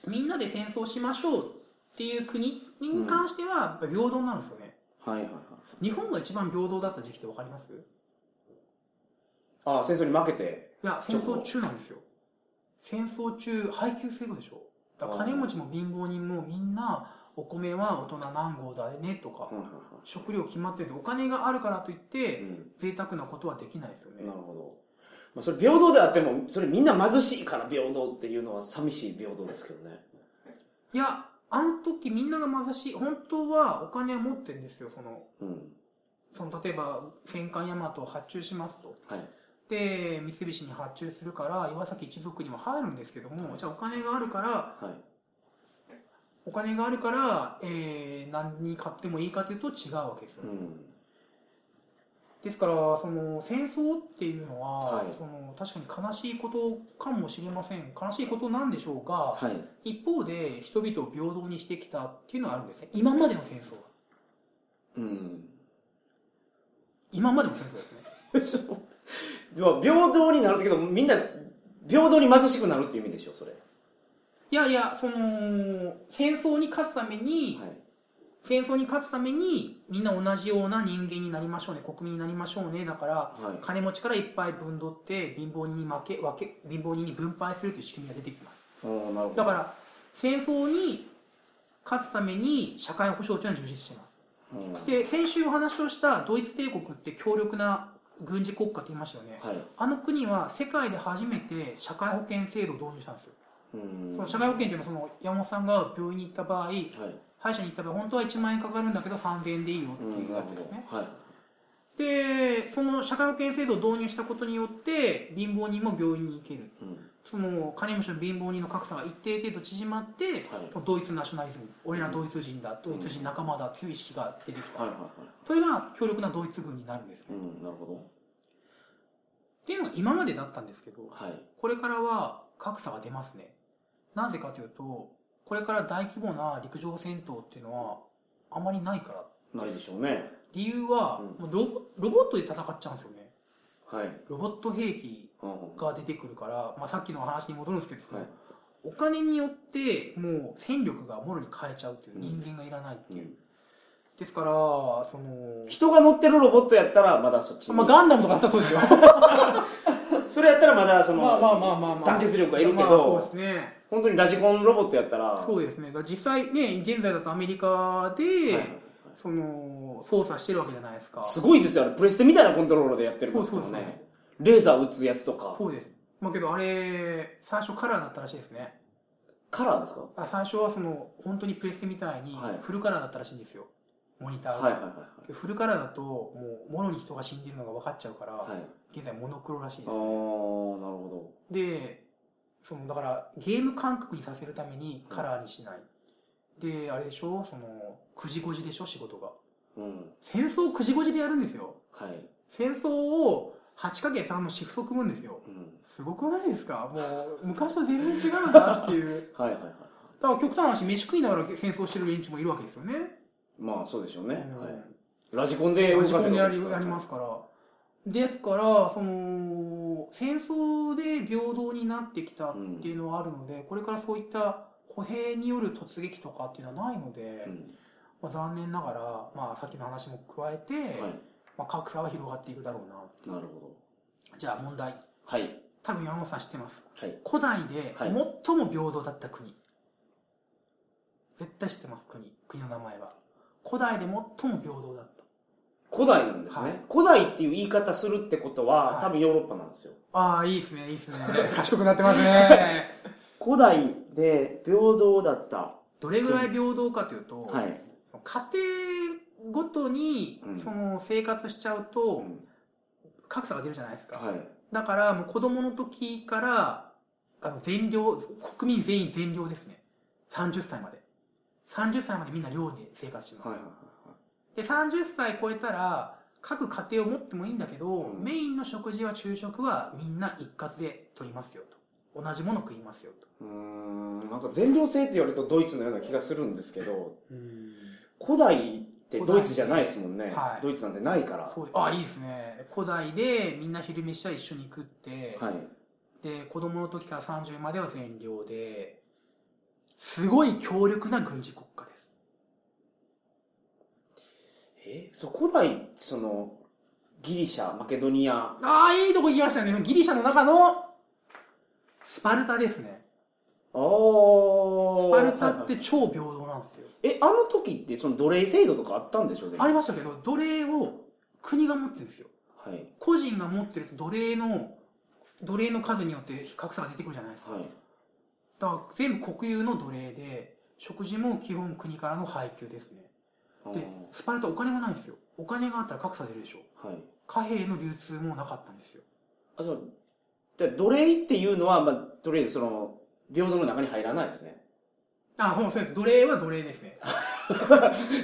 [SPEAKER 2] みんなで戦争しましょうっていう国に関してはやっぱ平等なんですよね、
[SPEAKER 1] はいはいはい。
[SPEAKER 2] 日本が一番平等だった時期って分かりますい
[SPEAKER 1] ああ、戦争に負けて。
[SPEAKER 2] や戦争中なんですよ戦争中配給制度でしょだから金持ちも貧乏人もみんなお米は大人何合だねとか、
[SPEAKER 1] はいはいは
[SPEAKER 2] 食料決まってるんですお金があるからといっ
[SPEAKER 1] い。
[SPEAKER 2] て
[SPEAKER 1] うん
[SPEAKER 2] 贅沢なことはできないですよね
[SPEAKER 1] なるほど。まあ、それ平等であっても、それみんな貧しいから平等っていうのは寂しい平等ですけどね。
[SPEAKER 2] いや、あの時みんなが貧しい、本当はお金は持ってるんですよ、その、
[SPEAKER 1] うん。
[SPEAKER 2] その例えば戦艦ヤマトを発注しますと。
[SPEAKER 1] はい。
[SPEAKER 2] で、三菱に発注するから、岩崎一族にも入るんですけども、
[SPEAKER 1] はい
[SPEAKER 2] じゃあお金があるから、
[SPEAKER 1] はい。
[SPEAKER 2] お金があるから、えー何に買ってもいいかというと違うわけですよ。
[SPEAKER 1] うん。
[SPEAKER 2] ですからその戦争っていうのは、
[SPEAKER 1] はい
[SPEAKER 2] その確かに悲しいことかもしれません悲しいことなんでしょうが、
[SPEAKER 1] はい。
[SPEAKER 2] 一方で人々を平等にしてきたっていうのはあるんですね今までの戦争は
[SPEAKER 1] うん。
[SPEAKER 2] 今までの戦争ですね
[SPEAKER 1] そう。では、平等になるってけど、みんな、平等に貧しくなるっていう意味でしょ、それ。
[SPEAKER 2] いやいやその戦争に勝つために、
[SPEAKER 1] はい。
[SPEAKER 2] 戦争に勝つためにみんな同じような人間になりましょうね国民になりましょうねだから
[SPEAKER 1] はい。
[SPEAKER 2] 金持ちからいっぱい分取って貧乏人に負け分け貧乏人に分配するという仕組みが出てきます
[SPEAKER 1] おーなるほど。
[SPEAKER 2] だから戦争に勝つために社会保障というのは充実しています
[SPEAKER 1] うん、
[SPEAKER 2] で先週お話をしたドイツ帝国って強力な軍事国家って言いましたよね
[SPEAKER 1] はい。
[SPEAKER 2] あの国は世界で初めて社会保険制度を導入したんですよ
[SPEAKER 1] うん。
[SPEAKER 2] その社会保険というのはその山本さんが病院に行った場合
[SPEAKER 1] はい。
[SPEAKER 2] 歯医者に行った場合本当は1万円かかるんだけど3000円でいいよっていうやつですね、
[SPEAKER 1] はい。
[SPEAKER 2] でその社会保険制度を導入したことによって貧乏人も病院に行ける
[SPEAKER 1] うん。
[SPEAKER 2] その金持ちの貧乏人の格差が一定程度縮まって、ドイツナショナリズム俺らドイツ人だ、ドイツ人仲間だという意識が出てきた、
[SPEAKER 1] はいはいは
[SPEAKER 2] それが強力なドイツ軍になるんですね、
[SPEAKER 1] い。うん、なるほど。
[SPEAKER 2] っていうのが今までだったんですけど
[SPEAKER 1] はい。
[SPEAKER 2] これからは格差が出ますねなぜかというとこれから大規模な陸上戦闘っていうのはあまりないから
[SPEAKER 1] ないでしょうね。
[SPEAKER 2] 理由は、
[SPEAKER 1] う
[SPEAKER 2] もうロボロボットで戦っちゃうんですよね
[SPEAKER 1] はい。
[SPEAKER 2] ロボット兵器
[SPEAKER 1] うん
[SPEAKER 2] が出てくるから、まあ、さっきのお話に戻るんですけど、
[SPEAKER 1] はい
[SPEAKER 2] お金によってもう戦力がもろに変えちゃうという
[SPEAKER 1] うん
[SPEAKER 2] 人間がいらないって
[SPEAKER 1] う
[SPEAKER 2] いう、
[SPEAKER 1] ん
[SPEAKER 2] ですからその、
[SPEAKER 1] 人が乗ってるロボットやったらまだそっちに、
[SPEAKER 2] (laughs) まあ、ガンダムとかだったらそうですよ
[SPEAKER 1] それやったらまだその、
[SPEAKER 2] まあまあまあまあまあ
[SPEAKER 1] 団結力はいるけど
[SPEAKER 2] まあそうですね
[SPEAKER 1] 本当にラジコンロボットやったら
[SPEAKER 2] そううですねだから実際ね現在だとアメリカで、
[SPEAKER 1] はい
[SPEAKER 2] その操作してるわけじゃないですか
[SPEAKER 1] すごいですよあれプレステみたいなコントローラーでやってるんですけど
[SPEAKER 2] そうそうそう
[SPEAKER 1] ねレーザー打つやつとか
[SPEAKER 2] そうですまあけどあれ最初カラーだったらしいですね
[SPEAKER 1] カラーですかは
[SPEAKER 2] あ最初はその本当にプレステみたいに
[SPEAKER 1] はい
[SPEAKER 2] フルカラーだったらしいんですよ、モニターが、
[SPEAKER 1] いはいはい
[SPEAKER 2] でフルカラーだともうもろに人が死んでるのが分かっちゃうから、
[SPEAKER 1] はいはい
[SPEAKER 2] 現在モノクロらしい
[SPEAKER 1] ああ
[SPEAKER 2] で
[SPEAKER 1] なる
[SPEAKER 2] す
[SPEAKER 1] ほ
[SPEAKER 2] でそのだからゲーム感覚にさせるためにカラーにしない、であれでしょその9時5時でしょ仕事が
[SPEAKER 1] どうん
[SPEAKER 2] 戦争9時5時でやるんですよ
[SPEAKER 1] はい
[SPEAKER 2] 戦争を 8×3 のシフト組むんですよ
[SPEAKER 1] うん
[SPEAKER 2] すごくないですかもう昔と全然違うんだっていう
[SPEAKER 1] (laughs) はいはいはい
[SPEAKER 2] だから極端な話飯食いながら戦争してる連中もいるわけですよね。
[SPEAKER 1] まあそうでしょうね、
[SPEAKER 2] うん
[SPEAKER 1] はい、ラジコンで動
[SPEAKER 2] 打
[SPEAKER 1] か
[SPEAKER 2] ち
[SPEAKER 1] せる
[SPEAKER 2] 込んでや
[SPEAKER 1] わけで
[SPEAKER 2] り
[SPEAKER 1] すから
[SPEAKER 2] やりますから。ですからその戦争で平等になってきたっていうのはあるので、これからそういった歩兵による突撃とかっていうのはないので、
[SPEAKER 1] うん
[SPEAKER 2] まあ、残念ながら、まあ、さっきの話も加えて、
[SPEAKER 1] はい
[SPEAKER 2] まあ、格差は広がっていくだろうなっていう
[SPEAKER 1] なるほど
[SPEAKER 2] じゃあ問題
[SPEAKER 1] はい
[SPEAKER 2] 多分山本さん知ってます
[SPEAKER 1] はい
[SPEAKER 2] 古代で
[SPEAKER 1] は
[SPEAKER 2] 最
[SPEAKER 1] い
[SPEAKER 2] も平等だった国、絶対知ってます国国の名前は古代で最も平等だった
[SPEAKER 1] 古代なんですね、
[SPEAKER 2] はい
[SPEAKER 1] 古代っていう言い方するってことは、
[SPEAKER 2] はい
[SPEAKER 1] 多分ヨーロッパなんですよ
[SPEAKER 2] ああいいですねいいですね賢くなってますね
[SPEAKER 1] (laughs) 古代で平等だった
[SPEAKER 2] どれぐらい平等かというと、
[SPEAKER 1] はい、
[SPEAKER 2] 家庭ごとに
[SPEAKER 1] うん
[SPEAKER 2] その生活しちゃうと
[SPEAKER 1] うん
[SPEAKER 2] 格差が出るじゃないですか、
[SPEAKER 1] はい
[SPEAKER 2] だからもう子供の時からあの全寮国民全員全寮ですね30歳まで30歳までみんな寮で生活してます、
[SPEAKER 1] はいはい
[SPEAKER 2] で30歳超えたら各家庭を持ってもいいんだけど、
[SPEAKER 1] うん
[SPEAKER 2] メインの食事は昼食はみんな一括で取りますよと同じもの食いますよと
[SPEAKER 1] うーんなんか全寮制って言われるとドイツのような気がするんですけど古代ってドイツじゃないですもんね、
[SPEAKER 2] はい
[SPEAKER 1] ドイツなんてないから
[SPEAKER 2] そうあいいですね古代でみんな昼飯は一緒に食って、
[SPEAKER 1] はい
[SPEAKER 2] で子供の時から30までは全寮ですごい強力な軍事国家です
[SPEAKER 1] えそう古代そのギリシャマケドニア
[SPEAKER 2] ああいいとこ行きましたねギリシャの中のスパルタですねス
[SPEAKER 1] ス
[SPEAKER 2] パルタって超平等なんですよ
[SPEAKER 1] えあの時ってその奴隷制度とかあったんでしょうね
[SPEAKER 2] ありましたけど奴隷を国が持ってるんですよ
[SPEAKER 1] はいはい
[SPEAKER 2] 個人が持ってると奴隷の奴隷の数によって格差が出てくるじゃないですかだから全部国有の奴隷で食事も基本国からの配給ですね
[SPEAKER 1] あー
[SPEAKER 2] でスパルタお金がないんですよお金があったら格差出るでしょ
[SPEAKER 1] はい
[SPEAKER 2] 貨幣の流通もなかったんですよ
[SPEAKER 1] あそうで奴隷っていうのは、まあ、とりあえずその平等の中に入らないですね (laughs)
[SPEAKER 2] あそうそうです奴隷は奴隷ですね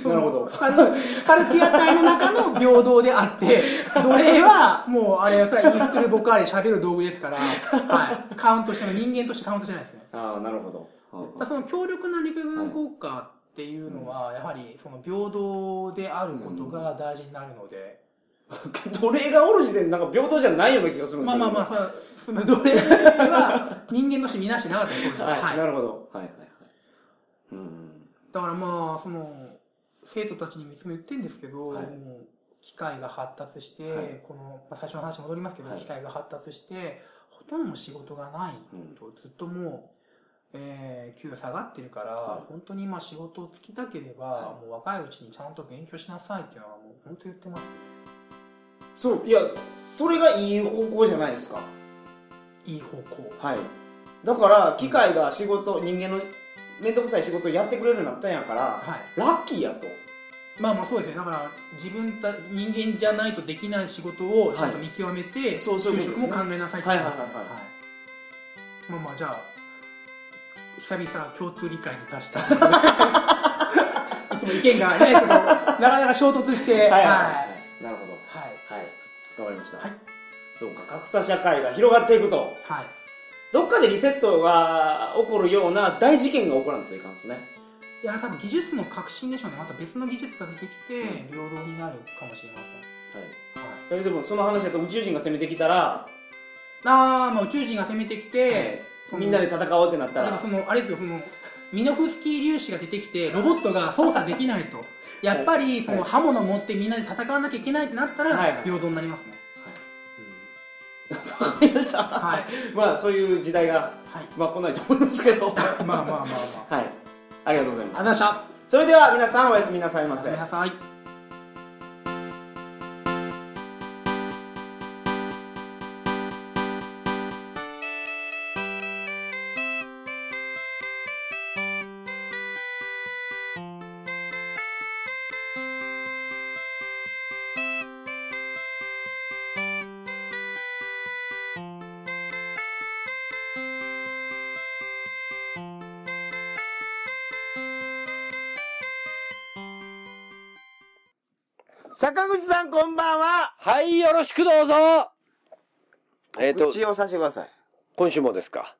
[SPEAKER 2] そ
[SPEAKER 1] なるほ
[SPEAKER 2] の
[SPEAKER 1] ど
[SPEAKER 2] スパルスパルティア隊の中の平等であって、
[SPEAKER 1] (laughs)
[SPEAKER 2] 奴隷はもうあれ、それはインストルボカーレ喋る道具ですから、はい、カウントしてない、人間としてカウントしてないですね。
[SPEAKER 1] ああなるほど、うん
[SPEAKER 2] まあその強力な陸軍国家っていうのは、やはりその平等であることが大事になるので、
[SPEAKER 1] (laughs) 奴隷がおる時点でなんか平等じゃないような気がするんです
[SPEAKER 2] まあ
[SPEAKER 1] けど
[SPEAKER 2] まあまあ、そうその奴隷は人間として見なしてなかった当時は。
[SPEAKER 1] はい、
[SPEAKER 2] はい
[SPEAKER 1] なるほどはいはいはいうん
[SPEAKER 2] だからまあその生徒たちにいつも言ってるんですけど、
[SPEAKER 1] はい
[SPEAKER 2] もう機械が発達して、
[SPEAKER 1] はい
[SPEAKER 2] この、まあ、最初の話戻りますけど、
[SPEAKER 1] はい
[SPEAKER 2] 機械が発達してほとんど仕事がないと、ずっともう、えー給与下がってるから、
[SPEAKER 1] はい
[SPEAKER 2] 本当に今仕事をつきたければ、
[SPEAKER 1] は
[SPEAKER 2] もう若いうちにちゃんと勉強しなさいっていうのはもう本当言ってますね
[SPEAKER 1] そういやそれがいい方向じゃないですか
[SPEAKER 2] いい方向
[SPEAKER 1] はいだから機械が仕事人間の面倒くさい仕事をやってくれるようになったんやから
[SPEAKER 2] はい
[SPEAKER 1] ラッキーやと
[SPEAKER 2] まあまあそうですねだから自分た人間じゃないとできない仕事をちゃんと見極めて、
[SPEAKER 1] そうそういうこと
[SPEAKER 2] 就
[SPEAKER 1] です
[SPEAKER 2] 職
[SPEAKER 1] ね
[SPEAKER 2] も考えなさいって言ってますね
[SPEAKER 1] はいはいはいはい
[SPEAKER 2] はいまあまあじゃあ久々共通理解に達したいつも意見がねちょっとなかなか衝突してはい
[SPEAKER 1] はい
[SPEAKER 2] は
[SPEAKER 1] なるほど
[SPEAKER 2] い
[SPEAKER 1] はい頑張りました、
[SPEAKER 2] はい
[SPEAKER 1] そうか格差社会が広がっていくと
[SPEAKER 2] はい
[SPEAKER 1] どっかでリセットが起こるような大事件が起こらんといかんですね
[SPEAKER 2] いや多分技術の革新でしょうねまた別の技術が出てき
[SPEAKER 1] う
[SPEAKER 2] て平等になるかもしれません、
[SPEAKER 1] はい
[SPEAKER 2] はい
[SPEAKER 1] えでもその話だと宇宙人が攻めてきたら、
[SPEAKER 2] あーまあ宇宙人が攻めてきて、その
[SPEAKER 1] みんなで戦おうってなった
[SPEAKER 2] だかららそのあれですよそのミノフスキー粒子が出てきてロボットが操作できないとやっぱりその
[SPEAKER 1] はい
[SPEAKER 2] 刃物持ってみんなで戦わなきゃいけないってなった
[SPEAKER 1] はいは
[SPEAKER 2] ら
[SPEAKER 1] い
[SPEAKER 2] 平等になりますね
[SPEAKER 1] わかりました、
[SPEAKER 2] はい
[SPEAKER 1] まあそういう時代が、
[SPEAKER 2] はい
[SPEAKER 1] まあ、来ないと思いますけどは
[SPEAKER 2] まあまあまあまあありがとう
[SPEAKER 1] いありがとうございま
[SPEAKER 2] ご
[SPEAKER 1] す
[SPEAKER 2] ざいました
[SPEAKER 1] それでは皆さんおやすみなさい
[SPEAKER 2] お
[SPEAKER 1] ま
[SPEAKER 2] や
[SPEAKER 1] せ
[SPEAKER 2] すみなさい
[SPEAKER 1] 坂口さんこんばんは
[SPEAKER 3] はい、よろしくどうぞ。えっ、と、
[SPEAKER 1] 口をさせてください
[SPEAKER 3] 今週もですか。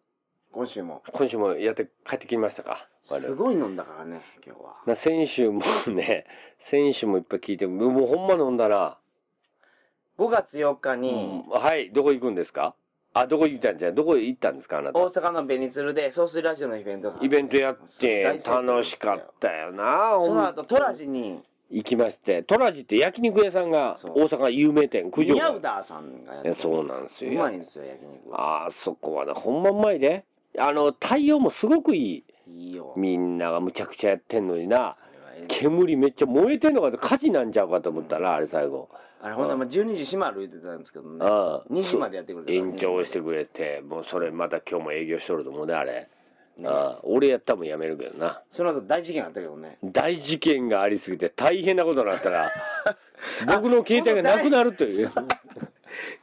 [SPEAKER 1] 今週も
[SPEAKER 3] 今週もやって帰ってきましたか。
[SPEAKER 1] すごい飲んだからね今日は
[SPEAKER 3] まあ、先週もね、先週もいっぱい聞いて、もうもうほんま飲んだな。
[SPEAKER 1] 5月4日
[SPEAKER 3] う
[SPEAKER 1] に
[SPEAKER 3] んはい、どこ行くんですか。あ、どこ行ったんじゃない、どこ行ったんですか、あなた
[SPEAKER 1] 大。阪のベニツルでソースラジオのイベントがあって
[SPEAKER 3] イベントやっ
[SPEAKER 1] そう
[SPEAKER 3] て
[SPEAKER 1] 大盛況で
[SPEAKER 3] 楽し
[SPEAKER 1] たよ
[SPEAKER 3] かったよな。
[SPEAKER 1] その後トラジに
[SPEAKER 3] 行きまして、トラジって焼肉屋さんが
[SPEAKER 1] そう
[SPEAKER 3] 大阪有名店九条
[SPEAKER 1] ミヤ
[SPEAKER 3] の
[SPEAKER 1] ウ。ダーさんがやっ
[SPEAKER 3] い
[SPEAKER 1] て
[SPEAKER 3] やそうなんです
[SPEAKER 1] う
[SPEAKER 3] よ。
[SPEAKER 1] まいんですよ焼肉
[SPEAKER 3] あそこはな、ほんまうまいで。あの対応もすごくいい。
[SPEAKER 1] いいよ
[SPEAKER 3] みんながむちゃくちゃやってんのにな
[SPEAKER 1] あれはええで
[SPEAKER 3] 煙めっちゃ燃えてんのかと火事なんちゃうかと思ったらあれ最後
[SPEAKER 1] あれほんでまあ12時閉まる言ってたんですけどね
[SPEAKER 3] ああ
[SPEAKER 1] 2時までやってくれたから
[SPEAKER 3] 延長してくれてもうそれまた今日も営業しとると思うねあれ
[SPEAKER 1] ね
[SPEAKER 3] ああ俺やったらもうやめるけどな
[SPEAKER 1] その後大事件あったけどね
[SPEAKER 3] 大事件がありすぎて大変なことになっ
[SPEAKER 1] (laughs)
[SPEAKER 3] たら僕の携帯がなくなるという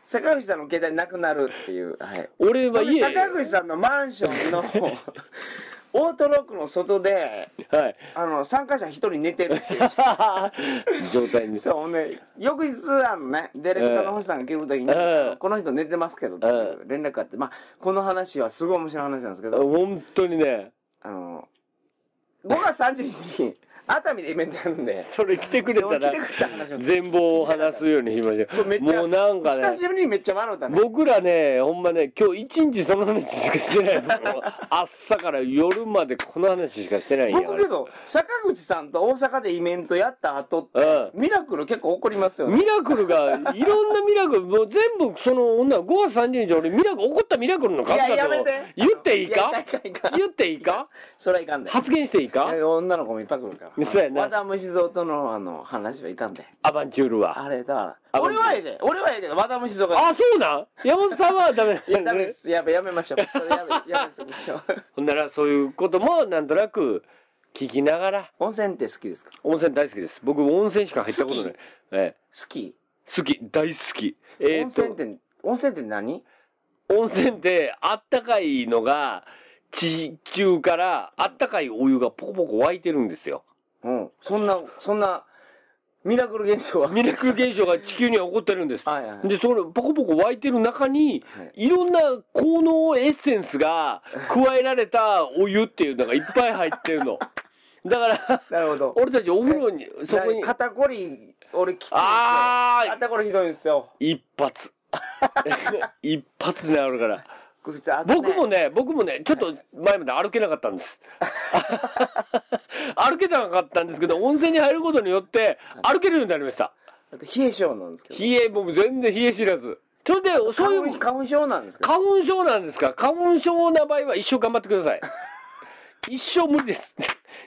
[SPEAKER 1] 坂口さんの携帯なくなるっていうはい
[SPEAKER 3] 俺は家
[SPEAKER 1] 坂口さんのマンションの (laughs) オートロックの外で
[SPEAKER 3] はい
[SPEAKER 1] あの参加者一人寝てるっていう
[SPEAKER 3] (laughs) 状態に
[SPEAKER 1] そうほんで翌日あのねディレクターの星さんが来る時に、
[SPEAKER 3] うん
[SPEAKER 1] この人寝てますけどっていう連絡があって、まあ、この話はすごい面白い話なんですけど、
[SPEAKER 3] 本当にね
[SPEAKER 1] あの5月30日に熱海でイベントやるんで
[SPEAKER 3] それ来てくれた
[SPEAKER 1] そう来
[SPEAKER 3] ら
[SPEAKER 1] てくれた話をする
[SPEAKER 3] 全貌を話すようにしましょ
[SPEAKER 1] これめっ
[SPEAKER 3] う
[SPEAKER 1] ちゃ
[SPEAKER 3] もうなんかね
[SPEAKER 1] 久しぶりにめっちゃ笑うたね
[SPEAKER 3] 僕らね、ほんまね、今日一日その話しかし
[SPEAKER 1] (laughs)
[SPEAKER 3] てないもん。朝から夜までこの話しかしてないんやか
[SPEAKER 1] 僕けど坂口さんと大阪でイベントやった後って、
[SPEAKER 3] ら。
[SPEAKER 1] ミラクル結構起こりますよ
[SPEAKER 3] うん。
[SPEAKER 1] ね
[SPEAKER 3] ミラクルが、いろんなミラクル、もう全部その女、5月30日、俺、ミラクル、怒ったミラクルの
[SPEAKER 1] い
[SPEAKER 3] 数
[SPEAKER 1] や
[SPEAKER 3] 々
[SPEAKER 1] やめ
[SPEAKER 3] を
[SPEAKER 1] て
[SPEAKER 3] 言っていいか
[SPEAKER 1] やいかんいかん
[SPEAKER 3] 言っていい
[SPEAKER 1] (laughs)
[SPEAKER 3] か
[SPEAKER 1] それはいかんで
[SPEAKER 3] 発言していいか
[SPEAKER 1] 女の子もいっぱい来るから
[SPEAKER 3] そうやな
[SPEAKER 1] 和田虫蔵とのあの話はいかんで
[SPEAKER 3] アバンチュールは。
[SPEAKER 1] あれだか
[SPEAKER 3] あ
[SPEAKER 1] ら俺はええで俺はええけど和田虫蔵が
[SPEAKER 3] あ、そうなん山本さんはダメ
[SPEAKER 1] いやダメですやべやめましょうそれやめやめましょう
[SPEAKER 3] ほんなら、そういうことも、なんとなく、聞きながら、
[SPEAKER 1] 温泉って好きですか
[SPEAKER 3] 温泉大好きです。僕、温泉しか入ったことない。え
[SPEAKER 1] 好き
[SPEAKER 3] え好き、大好き。え
[SPEAKER 1] 温
[SPEAKER 3] ーと
[SPEAKER 1] 泉って温泉って何
[SPEAKER 3] 温泉ってあったかいのが地中からあったかいお湯がポコポコ湧いてるんですよ
[SPEAKER 1] うんそんな、そんな、ミラクル現象は。
[SPEAKER 3] ミラクル現象が地球には起こってるんです。
[SPEAKER 1] はいはいはい
[SPEAKER 3] で、そのポコポコ湧いてる中に、
[SPEAKER 1] はい
[SPEAKER 3] いろんな効能エッセンスが加えられたお湯っていうのがいっぱい入ってるの。だから、
[SPEAKER 1] なるほど。
[SPEAKER 3] 俺たちお風呂に、そこに、
[SPEAKER 1] 肩こり、俺きついんですよ。
[SPEAKER 3] あー
[SPEAKER 1] 肩こりひどいんですよ。
[SPEAKER 3] 一発。 (laughs) 一発で治るから。
[SPEAKER 1] こいつあと
[SPEAKER 3] 僕もね、僕もね、ちょっと前まで歩けなかったんです。 (laughs) 歩けなかったんですけど、温泉に入ることによって、歩けるようになりました。
[SPEAKER 1] あと冷え性なんですけど。
[SPEAKER 3] 冷え、もう全然冷え知らず。それで、そういう
[SPEAKER 1] 花粉、花粉症なんですけど。
[SPEAKER 3] 花粉症なんですか花粉症な場合は一生頑張ってくだ
[SPEAKER 1] (laughs)
[SPEAKER 3] さい。一生無理です。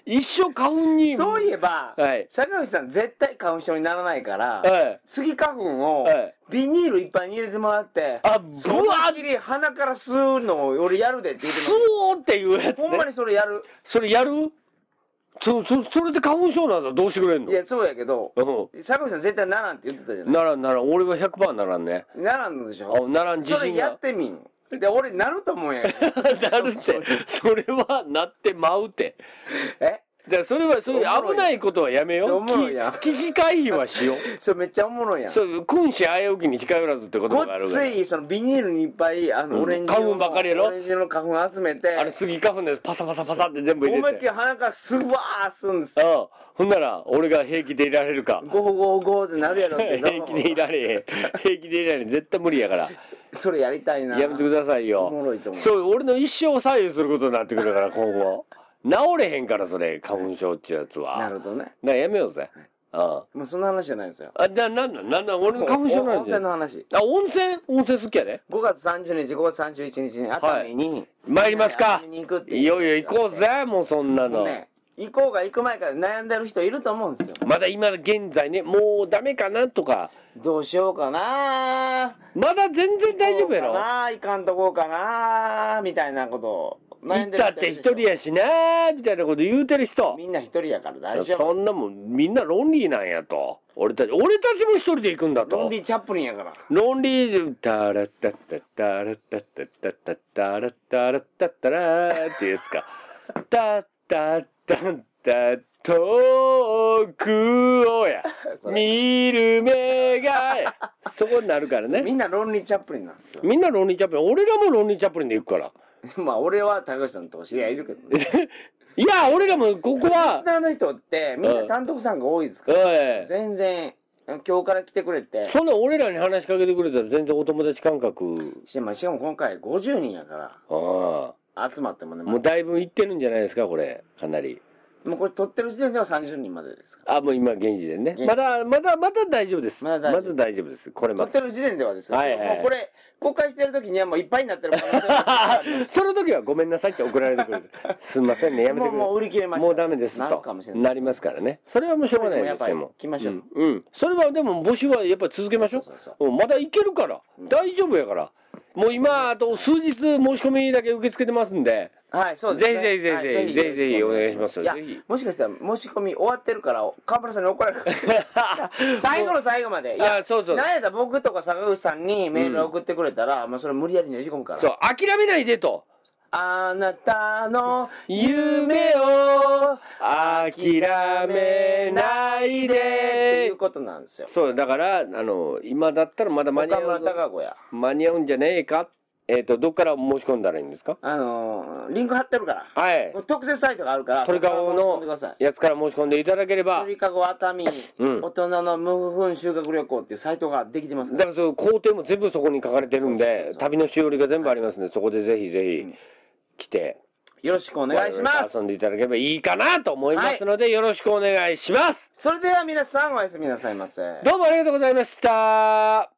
[SPEAKER 3] 一生花粉に。
[SPEAKER 1] そういえば、
[SPEAKER 3] はい。
[SPEAKER 1] 坂口さん絶対花粉症にならないから、
[SPEAKER 3] はい。
[SPEAKER 1] スギ花粉を
[SPEAKER 3] はい
[SPEAKER 1] ビニールいっぱいに入れてもらって、
[SPEAKER 3] あ、ぶ
[SPEAKER 1] その
[SPEAKER 3] わ
[SPEAKER 1] っきり鼻から吸うのを俺やるでって言って
[SPEAKER 3] つ
[SPEAKER 1] ま
[SPEAKER 3] おーっていうや
[SPEAKER 1] す
[SPEAKER 3] つ、
[SPEAKER 1] ほんま
[SPEAKER 3] ね。
[SPEAKER 1] にそれやる。
[SPEAKER 3] それやるそ、そ、それで花粉症なんだ。どうしてくれんの
[SPEAKER 1] いや、そうやけど、
[SPEAKER 3] う
[SPEAKER 1] 坂口さん絶対ならんって言ってたじゃ
[SPEAKER 3] ん。
[SPEAKER 1] ない。
[SPEAKER 3] ならんならん、俺は100%ならんね。
[SPEAKER 1] ならんのでし
[SPEAKER 3] あ
[SPEAKER 1] ょ
[SPEAKER 3] ならん自
[SPEAKER 1] それ
[SPEAKER 3] 信
[SPEAKER 1] やっ
[SPEAKER 3] が。
[SPEAKER 1] てみん。で、俺なると思うんやけど。
[SPEAKER 3] (laughs) なるって。それはなってまうて。
[SPEAKER 1] (laughs) え
[SPEAKER 3] だからそれは、そういう危ないことはやめよ
[SPEAKER 1] そうお
[SPEAKER 3] う。
[SPEAKER 1] もろいな
[SPEAKER 3] き危機回避はしよう。
[SPEAKER 1] それめっちゃおもろいやん。
[SPEAKER 3] そう、君子危うきに近寄らずって言
[SPEAKER 1] ご
[SPEAKER 3] 葉
[SPEAKER 1] っ
[SPEAKER 3] があるか
[SPEAKER 1] つ
[SPEAKER 3] ら。
[SPEAKER 1] いそのビニールにいっぱいあ
[SPEAKER 3] うん
[SPEAKER 1] のオレンジ
[SPEAKER 3] 花
[SPEAKER 1] 色
[SPEAKER 3] 粉
[SPEAKER 1] の
[SPEAKER 3] ばっかりやろ
[SPEAKER 1] オレンジ色の花粉集めて
[SPEAKER 3] あれ、スギ花粉でパサパサパサって全部入
[SPEAKER 1] 思い
[SPEAKER 3] れ
[SPEAKER 1] っきり
[SPEAKER 3] て。
[SPEAKER 1] 鼻からすわーすんです
[SPEAKER 3] うん
[SPEAKER 1] よ。。
[SPEAKER 3] ほんなら、俺が平気でいられるか。
[SPEAKER 1] ゴーゴーゴーってなるやろうけど
[SPEAKER 3] 平気で (laughs) いられへん。平気でいられへん。絶対無理やから。
[SPEAKER 1] それやりたいな
[SPEAKER 3] やめてください
[SPEAKER 1] おも
[SPEAKER 3] よ。
[SPEAKER 1] ろいと思う
[SPEAKER 3] そう、俺の一生を左右することになってくるから、今
[SPEAKER 1] (laughs)
[SPEAKER 3] 後。治れへんから、それ、花粉症っていうやつは。
[SPEAKER 1] な
[SPEAKER 3] だ
[SPEAKER 1] る
[SPEAKER 3] か
[SPEAKER 1] ほどね
[SPEAKER 3] らやめようぜ。うん。あ、
[SPEAKER 1] もうそんな話じゃないですよ
[SPEAKER 3] な、なんなん、なんなん、俺の花粉症なん
[SPEAKER 1] 温
[SPEAKER 3] じゃ
[SPEAKER 1] 泉
[SPEAKER 3] ん。
[SPEAKER 1] の話
[SPEAKER 3] あ、温泉温泉好きやね。
[SPEAKER 1] 5月30日5月31日に熱海に、
[SPEAKER 3] 参りますか
[SPEAKER 1] 熱海に行くって
[SPEAKER 3] いよいよ行こうぜ、もうそんなの。
[SPEAKER 1] ね行こうが行く前から悩んでる人いると思うんですよ
[SPEAKER 3] まだ今現在ね、もうダメかなとか、
[SPEAKER 1] どうしようかな
[SPEAKER 3] まだ全然大丈夫や
[SPEAKER 1] 行こう
[SPEAKER 3] ろ
[SPEAKER 1] か。な行かんとこうかなみたいなことを悩
[SPEAKER 3] 行
[SPEAKER 1] ん
[SPEAKER 3] っ
[SPEAKER 1] でる人
[SPEAKER 3] たって一
[SPEAKER 1] いる
[SPEAKER 3] 人
[SPEAKER 1] でしょ
[SPEAKER 3] やしなーみたいなこと言うてる人
[SPEAKER 1] みんな一人やから大丈夫
[SPEAKER 3] そんなもんみんなロンリーなんやと俺たち俺たちも一人で行くんだと
[SPEAKER 1] ロンリー・チャップリンやから
[SPEAKER 3] ロンリータラッタッタッタラッタッタッタッタッタラッタラッタッタラーっていうやつかタッタッタッタッ遠くをや
[SPEAKER 1] それ
[SPEAKER 3] 見る目がやそこになるから
[SPEAKER 1] み
[SPEAKER 3] ね
[SPEAKER 1] んなロンリー・チャップリンなんですよ
[SPEAKER 3] みんなロンリーチャップリン俺らもロンリーチャップリンで行くから
[SPEAKER 1] まあ俺は高橋さんとお知り合いいるけどね
[SPEAKER 3] いや俺らもここ
[SPEAKER 1] リ
[SPEAKER 3] は
[SPEAKER 1] スナーの人ってみんな単独さんが多いです
[SPEAKER 3] お
[SPEAKER 1] か
[SPEAKER 3] い
[SPEAKER 1] ら、全然今日から来てくれて
[SPEAKER 3] そんな俺らに話しかけてくれたら全然お友達感覚。
[SPEAKER 1] しまあしかも今回50人やか
[SPEAKER 3] あ
[SPEAKER 1] ら集まってもね
[SPEAKER 3] あ。
[SPEAKER 1] も
[SPEAKER 3] もう
[SPEAKER 1] う
[SPEAKER 3] だいぶいってるんじゃないですか、これ。かなり。
[SPEAKER 1] もうこれ撮ってる時点では30人までですから
[SPEAKER 3] あ、もう今、現時点ね
[SPEAKER 1] 現。時
[SPEAKER 3] まだ、まだ、まだ大丈夫です。
[SPEAKER 1] ま
[SPEAKER 3] ま
[SPEAKER 1] だ
[SPEAKER 3] だ
[SPEAKER 1] 大丈夫
[SPEAKER 3] 大丈夫です。これ
[SPEAKER 1] 撮
[SPEAKER 3] ま
[SPEAKER 1] ってる時点ではですよ、
[SPEAKER 3] はいはい
[SPEAKER 1] もうこれ公開してる時にはもういっぱいになってる可能性がありま
[SPEAKER 3] で。その時はごめんなさいって送られてく
[SPEAKER 1] (laughs)
[SPEAKER 3] る。すみませんね、やめ
[SPEAKER 1] もう
[SPEAKER 3] てくれ
[SPEAKER 1] も。う売り切れました
[SPEAKER 3] もうダメです
[SPEAKER 1] なる
[SPEAKER 3] と
[SPEAKER 1] かもしれない
[SPEAKER 3] なりますからね。それはもうしょうがな
[SPEAKER 1] で
[SPEAKER 3] いですよ。
[SPEAKER 1] もやっぱり
[SPEAKER 3] も
[SPEAKER 1] 来ましょう
[SPEAKER 3] うん。うんそれはでも募集はやっぱり続けましょう。
[SPEAKER 1] そうそうそう
[SPEAKER 3] うんまだいけるから
[SPEAKER 1] うん。
[SPEAKER 3] 大丈夫やから。もう今、あと数日申し込みだけ受け付けてますんで。
[SPEAKER 1] はいそうですね
[SPEAKER 3] ぜひぜひ
[SPEAKER 1] はい
[SPEAKER 3] ぜひぜひぜひお願いします
[SPEAKER 1] いや
[SPEAKER 3] ぜひ
[SPEAKER 1] もしかしたら申し込み終わってるから川村さんに怒られるかもしれない (laughs)
[SPEAKER 3] (laughs)
[SPEAKER 1] 最後の最後までい
[SPEAKER 3] い
[SPEAKER 1] や
[SPEAKER 3] や、そうそう。
[SPEAKER 1] なんやったら僕とか坂口さんにメール送ってくれたら、まあそれ無理やりねじ込むから
[SPEAKER 3] そう、諦めないでと。
[SPEAKER 1] あなたの
[SPEAKER 3] 夢を諦めない
[SPEAKER 1] ってい
[SPEAKER 3] で
[SPEAKER 1] う。ことなんですよ
[SPEAKER 3] そう、だから、あの、今だったらまだ間に合
[SPEAKER 1] 岡村
[SPEAKER 3] うぞ。
[SPEAKER 1] 孝子や
[SPEAKER 3] 間に合うんじゃねえか。えっ、と、どっから申し込んだらいいんですか
[SPEAKER 1] あのーリンク貼ってるから、
[SPEAKER 3] はい。
[SPEAKER 1] 特設サイトがあるから
[SPEAKER 3] 鳥
[SPEAKER 1] そ
[SPEAKER 3] 籠
[SPEAKER 1] こから申し込んでくださ
[SPEAKER 3] の
[SPEAKER 1] い
[SPEAKER 3] やつから申し込んでいただければ。
[SPEAKER 1] 鳥籠熱海、
[SPEAKER 3] うん
[SPEAKER 1] 大人の無粉修学旅行っていうサイトができてますか
[SPEAKER 3] だかららその工程も全部そこに書かれてるん
[SPEAKER 1] そうそうそう
[SPEAKER 3] で
[SPEAKER 1] そう、
[SPEAKER 3] 旅のしおりが全部ありますんで、そこでぜひぜ
[SPEAKER 1] うん
[SPEAKER 3] ひ来て、
[SPEAKER 1] よろしくお願いしま
[SPEAKER 3] 我々と
[SPEAKER 1] す
[SPEAKER 3] 遊んでいただければいいかなと思いますので、よろしくお願いします。
[SPEAKER 1] それでは皆さんおやすみなさいませ
[SPEAKER 3] どうもありがとうございました。